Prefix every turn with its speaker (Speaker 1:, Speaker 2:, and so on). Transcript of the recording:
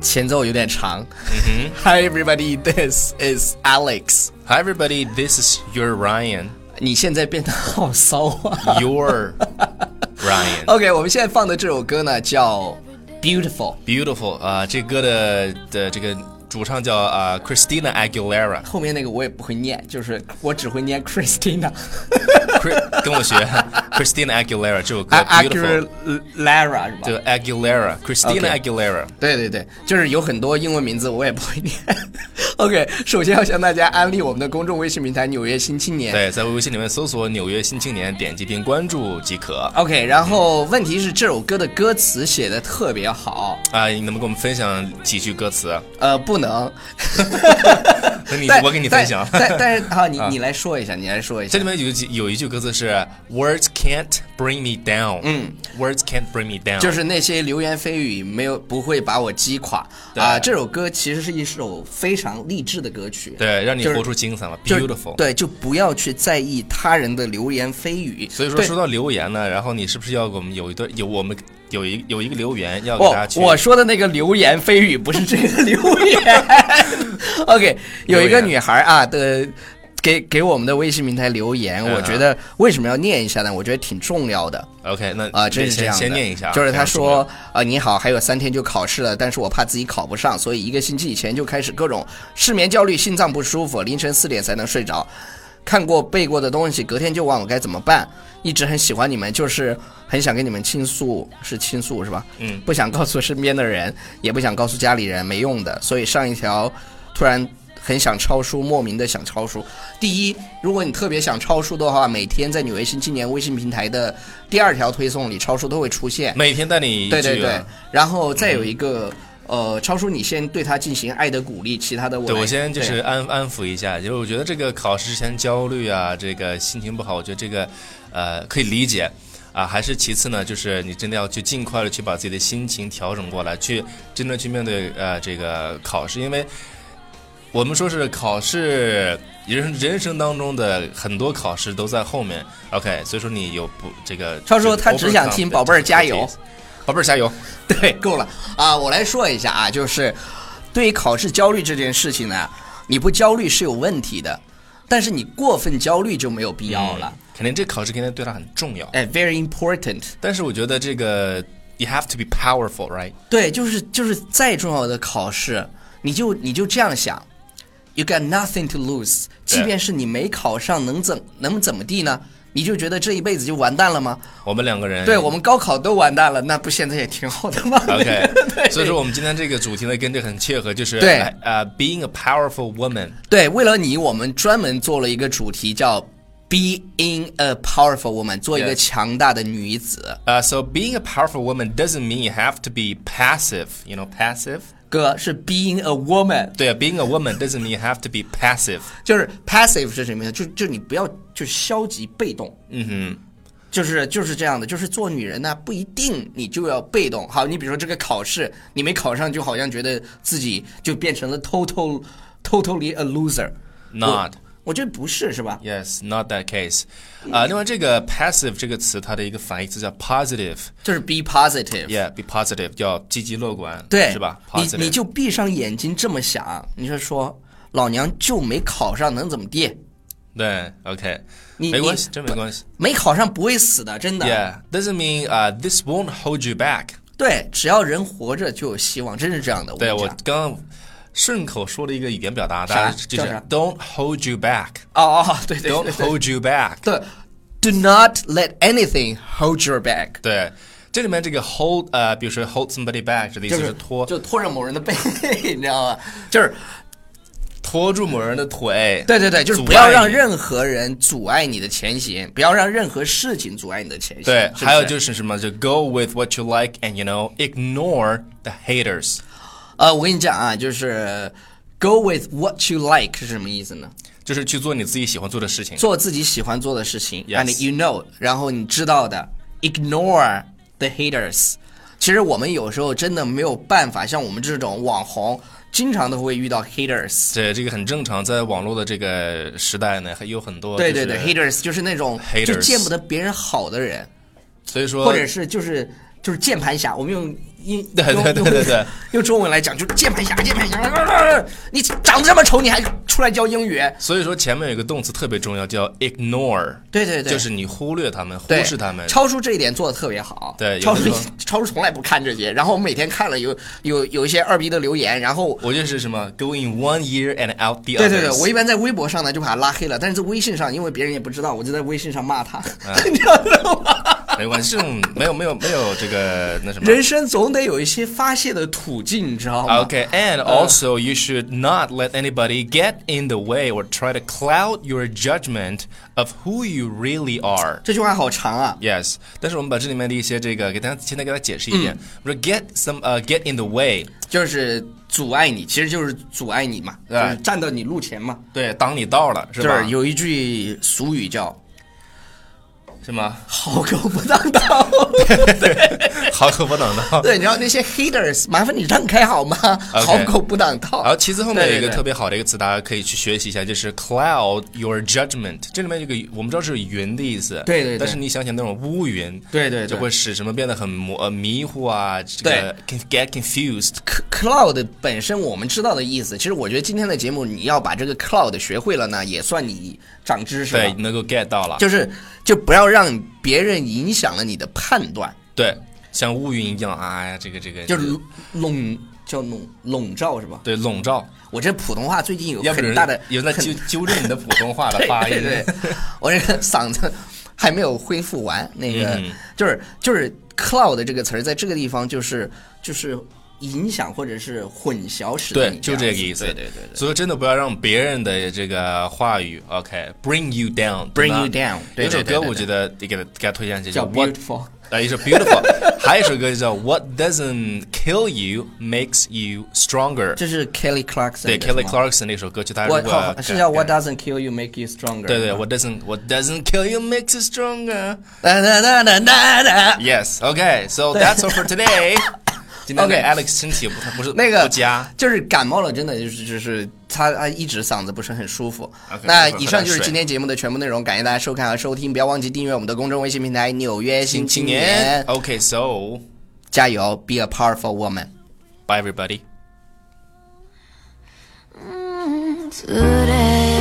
Speaker 1: 前奏有点长。
Speaker 2: 嗯
Speaker 1: Hi everybody, this is Alex。
Speaker 2: 哼，Hi everybody, this is your Ryan,
Speaker 1: 你现在变得好骚啊
Speaker 2: your Ryan。
Speaker 1: ！OK，我们现在放的这首歌呢叫《Beautiful》，
Speaker 2: Beautiful 啊、这歌的的这个主唱叫啊、Christina Aguilera，
Speaker 1: 后面那个我也不会念，就是我只会念 Christina
Speaker 2: Chri- 跟我学 Christina Aguilera 这首歌
Speaker 1: a g u
Speaker 2: Beautiful，
Speaker 1: l a r a 是吧？
Speaker 2: 这个 Aguilera Christina
Speaker 1: OK
Speaker 2: Aguilera，
Speaker 1: 对对对，就是有很多英文名字我也不会念。OK，首先要向大家安利我们的公众微信平台《纽约新青年》。
Speaker 2: 对，在微信里面搜索“纽约新青年”，点击并关注即可。啊、
Speaker 1: OK，然后问题是这首歌的歌词写的特别好，
Speaker 2: 啊你能不能给我们分享几句歌词？
Speaker 1: 呃，不能，
Speaker 2: 那你
Speaker 1: 但
Speaker 2: 我给你分享。
Speaker 1: 但但但是啊，你你来说一下，你来说一
Speaker 2: 这
Speaker 1: 下
Speaker 2: 里。面有一句有一句歌词是 “Words can't bring me down”，嗯，“Words can't bring me down”，
Speaker 1: 就是那些流言蜚语没有不会把我击垮啊！这首歌其实是一首非常励志的歌曲，
Speaker 2: 对，让你
Speaker 1: 就是
Speaker 2: 活出精彩嘛
Speaker 1: 就
Speaker 2: ，beautiful。
Speaker 1: 对，就不要去在意他人的流言蜚语。
Speaker 2: 所以说，
Speaker 1: 对
Speaker 2: 说到留言呢，然后你是不是要给我们有一段有我们有一有一个留言要给大
Speaker 1: 哦
Speaker 2: 家，去？
Speaker 1: 我说的那个流言蜚语不是这个流 言。OK，有一个女孩啊的。给给我们的微信平台留言，
Speaker 2: 嗯
Speaker 1: 我觉得为什么要念一下呢？我觉得挺重要的
Speaker 2: OK，那
Speaker 1: 啊，真
Speaker 2: 你
Speaker 1: 是这
Speaker 2: 先
Speaker 1: 样的。
Speaker 2: 先念一下啊，
Speaker 1: 就是他
Speaker 2: 非常重要
Speaker 1: 说，啊，你好，还有三天就考试了，但是我怕自己考不上，所以一个星期以前就开始各种失眠、焦虑、心脏不舒服，凌晨四点才能睡着，看过背过的东西，隔天就忘了该怎么办。一直很喜欢你们，就是很想跟你们倾诉，是倾诉是吧？
Speaker 2: 嗯，
Speaker 1: 不想告诉身边的人，也不想告诉家里人，没用的。所以上一条突然很想抄书，莫名的想抄书。第一，如果你特别想抄书的话，每天在纽约新青年微信平台的第二条推送里，抄书都会出现。
Speaker 2: 每天带你一句
Speaker 1: 对
Speaker 2: 啊，嗯
Speaker 1: 对对，然后再有一个。呃，抄书，你先对他进行爱的鼓励，其他的我
Speaker 2: 对，
Speaker 1: 来
Speaker 2: 我先就
Speaker 1: 对
Speaker 2: 是安安抚一下，就是我觉得这个考试之前焦虑啊，这个心情不好，我觉得这个呃可以理解啊。还是其次呢，就是你真的要去尽快的去把自己的心情调整过来，去真的去面对呃这个考试，因为我们说是考试人人生当中的很多考试都在后面。OK，所以说你有不这个
Speaker 1: 超叔他只想听
Speaker 2: overcome
Speaker 1: 宝贝儿加油，
Speaker 2: 宝贝儿加油。
Speaker 1: 对， 够了啊！我来说一下啊，就是对于考试焦虑这件事情呢，你不焦虑是有问题的，但是你过分焦虑就没有必要了。
Speaker 2: 肯定这考试肯定对他很重要。
Speaker 1: 哎，very important。
Speaker 2: 但是我觉得这个 you have to be powerful, right？
Speaker 1: 对，就是就是再重要的考试，你就你就这样想，you got nothing to lose。
Speaker 2: 对
Speaker 1: 即便是你没考上，能怎能怎么地呢？你就觉得这一辈子就完蛋了吗？
Speaker 2: 我们两个人
Speaker 1: 对我们高考都完蛋了，那不现在也挺好的吗
Speaker 2: OK，
Speaker 1: 对
Speaker 2: 所以说我们今天这个主题呢跟这很切合，就是
Speaker 1: 对
Speaker 2: 哎呃、being a powerful woman。
Speaker 1: 对，为了你，我们专门做了一个主题叫 “Being a Powerful Woman”，做一个
Speaker 2: Yes
Speaker 1: 强大的女子。
Speaker 2: Uh, so being a powerful woman doesn't mean you have to be passive. You know, passive.
Speaker 1: 哥是 “Being a Woman”，
Speaker 2: 对啊，being a woman doesn't mean you have to be passive.
Speaker 1: 就是 “passive” 是什么意思？就就你不要就消极被动。嗯哼。就是就是这样的，就是做女人呢、不一定你就要被动。好，你比如说这个考试，你没考上，就好像觉得自己就变成了 total totally a loser。
Speaker 2: Not.
Speaker 1: 我觉得不是，是吧？
Speaker 2: Yes, not that case. 啊、另外这个 passive 这个词，它的一个反义词叫 positive。
Speaker 1: 就是 be positive。
Speaker 2: Yeah, be positive 叫积极乐观，
Speaker 1: 对，
Speaker 2: 是吧？Positive
Speaker 1: 你你就闭上眼睛这么想，你就说老娘就没考上，能怎么地？
Speaker 2: 对，OK，
Speaker 1: 你
Speaker 2: 没关
Speaker 1: 你
Speaker 2: 系，真没关系。
Speaker 1: 没考上不会死的，真的。
Speaker 2: Yeah, doesn't mean uh, this won't hold you back.
Speaker 1: 对，只要人活着就有希望，真是这样的。
Speaker 2: 对
Speaker 1: 跟你
Speaker 2: 我
Speaker 1: 讲
Speaker 2: 刚刚顺口说了一个语言表达，
Speaker 1: 啥
Speaker 2: 大家就
Speaker 1: 叫
Speaker 2: 是
Speaker 1: 啥
Speaker 2: Don't hold you back.
Speaker 1: 哦哦， 对对
Speaker 2: Don't
Speaker 1: 对
Speaker 2: hold you back.
Speaker 1: 对，Do not let anything hold your back，
Speaker 2: 对，这里面这个 hold 呃，比如说 hold somebody back 这个意思
Speaker 1: 就是
Speaker 2: 拖
Speaker 1: 就拖着某人的背， 你知道吗？就是
Speaker 2: 拖住某人的腿。
Speaker 1: 对对对，就是
Speaker 2: 阻
Speaker 1: 不要
Speaker 2: 碍
Speaker 1: 让
Speaker 2: 你
Speaker 1: 任何人阻碍你的前行，不要让任何事情阻碍你的前行。
Speaker 2: 对
Speaker 1: 是，不是
Speaker 2: 还有就是什么，就 go with what you like and you know ignore the haters。
Speaker 1: 呃，我跟你讲啊，就是 go with what you like 是什么意思呢？
Speaker 2: 就是去做你自己喜欢做的事情，
Speaker 1: 做自己喜欢做的事情
Speaker 2: Yes
Speaker 1: and you know，然后你知道的，ignore the haters。其实我们有时候真的没有办法，像我们这种网红，经常都会遇到 haters。
Speaker 2: 这这个很正常，在网络的这个时代呢，还有很多
Speaker 1: 对
Speaker 2: 哦就
Speaker 1: 对对
Speaker 2: 是
Speaker 1: ，haters 就是那种
Speaker 2: haters
Speaker 1: 就见不得别人好的人，
Speaker 2: 所以说
Speaker 1: 或者是就是就是键盘侠。我们用用
Speaker 2: 对对对对对，
Speaker 1: 用中文来讲，就键盘侠，键盘侠， 呃你长得这么丑，你还出来教英语？
Speaker 2: 所以说前面有一个动词特别重要，叫 ignore，
Speaker 1: 对对对，
Speaker 2: 就是你忽略他们，忽
Speaker 1: 对
Speaker 2: 视他们。
Speaker 1: 超叔这一点做的特别好。
Speaker 2: 对有
Speaker 1: 超
Speaker 2: 的
Speaker 1: 叔
Speaker 2: 时候
Speaker 1: 超叔从来不看这些，然后我每天看了有有有一些二逼的留言，然后。
Speaker 2: 我就是什么 going one year and out the others。
Speaker 1: 对对对，我一般在微博上呢就把他拉黑了，但是在微信上，因为别人也不知道，我就在微信上骂他，
Speaker 2: 嗯
Speaker 1: 你知道吗？
Speaker 2: 没关系，这种没有没有没有这个那什么。
Speaker 1: 人生总得有一些发泄的途径，你知道吗
Speaker 2: Okay, and also you should not let anybody get in the way or try to cloud your judgment of who you really are.
Speaker 1: 这句话好长啊，
Speaker 2: Yes，但是我们把这里面的一些这个给大家现在给大家解释一
Speaker 1: 嗯
Speaker 2: 遍。我说 get some 呃、get in the way，
Speaker 1: 就是阻碍你，其实就是阻碍你嘛，就
Speaker 2: 对
Speaker 1: 是站到你路前嘛。
Speaker 2: 对，挡你道了是
Speaker 1: 就
Speaker 2: 吧
Speaker 1: 是？有一句俗语叫
Speaker 2: 是吗
Speaker 1: “好狗不当道”，
Speaker 2: 好可不挡道。
Speaker 1: 对，你知道那些 haters，麻烦你让开好吗？好狗不挡
Speaker 2: 然后
Speaker 1: 道。
Speaker 2: 其次后面有一
Speaker 1: 对
Speaker 2: 个
Speaker 1: 对对
Speaker 2: 特别好的一个词，大家可以去学习一下，就是 cloud your judgment。这里面有个我们知道是云的意思，
Speaker 1: 对对对
Speaker 2: 但是你想想那种乌云，
Speaker 1: 对对对
Speaker 2: 就会使什么变得很模呃迷糊啊，这个 can- get confused。
Speaker 1: C- Cloud 本身我们知道的意思，其实我觉得今天的节目你要把这个 cloud 学会了呢，也算你长知识
Speaker 2: 对，
Speaker 1: 了。
Speaker 2: 能够 get 到了。
Speaker 1: 就是就不要让别人影响了你的判断，
Speaker 2: 对，像乌云一样啊，这个这个
Speaker 1: 就是笼叫笼笼罩是吧？
Speaker 2: 对笼罩。
Speaker 1: 我这普通话最近有
Speaker 2: 要不
Speaker 1: 很
Speaker 2: 然
Speaker 1: 大的
Speaker 2: 有人在
Speaker 1: 很
Speaker 2: 纠纠正你的普通话 的
Speaker 1: 对
Speaker 2: 发
Speaker 1: 对
Speaker 2: 音。
Speaker 1: 对， 我这个嗓子还没有恢复完，那个、
Speaker 2: 嗯
Speaker 1: 就是就是 cloud 这个词儿，在这个地方就是就是影响或者是混淆使得
Speaker 2: 对
Speaker 1: 你
Speaker 2: 就这
Speaker 1: 样
Speaker 2: 个
Speaker 1: 子
Speaker 2: 意思
Speaker 1: 对对对对
Speaker 2: 所以真的不要让别人的这个话语，OK，bring、you down，bring
Speaker 1: ，Bring you down，对
Speaker 2: 有一首
Speaker 1: 对对
Speaker 2: 歌
Speaker 1: 对
Speaker 2: 我
Speaker 1: 对
Speaker 2: 觉得得给他给他推荐一下，
Speaker 1: 叫
Speaker 2: What
Speaker 1: beautiful。
Speaker 2: 呃，一首 Beautiful，还 有一首歌叫 What Doesn't Kill You Makes You Stronger，
Speaker 1: 这是 Kelly Clarkson
Speaker 2: 对
Speaker 1: 的是吗
Speaker 2: Kelly Clarkson 那首歌，就大家
Speaker 1: 我
Speaker 2: 如果
Speaker 1: 靠，是叫 What
Speaker 2: Does
Speaker 1: doesn't kill you make you stronger？
Speaker 2: 对对，What doesn't What doesn't kill you makes you stronger。
Speaker 1: 哒哒哒哒哒哒。
Speaker 2: Yes, OK, so that's all for today. 今天
Speaker 1: OK
Speaker 2: Alex 身体不不是
Speaker 1: 那个
Speaker 2: 不佳，
Speaker 1: 就是感冒了，真的就是就是他他一直嗓子不是很舒服。
Speaker 2: OK，
Speaker 1: 那
Speaker 2: 一会儿
Speaker 1: 以
Speaker 2: 喝
Speaker 1: 上
Speaker 2: 点
Speaker 1: 就是
Speaker 2: 水
Speaker 1: 今天节目的全部内容，感谢大家收看和收听，不要忘记订阅我们的公众微信平台《纽约新
Speaker 2: 新
Speaker 1: 青
Speaker 2: 青
Speaker 1: 年》
Speaker 2: 年。OK, so
Speaker 1: 加油，Be a powerful woman。
Speaker 2: bye everybody.
Speaker 3: today.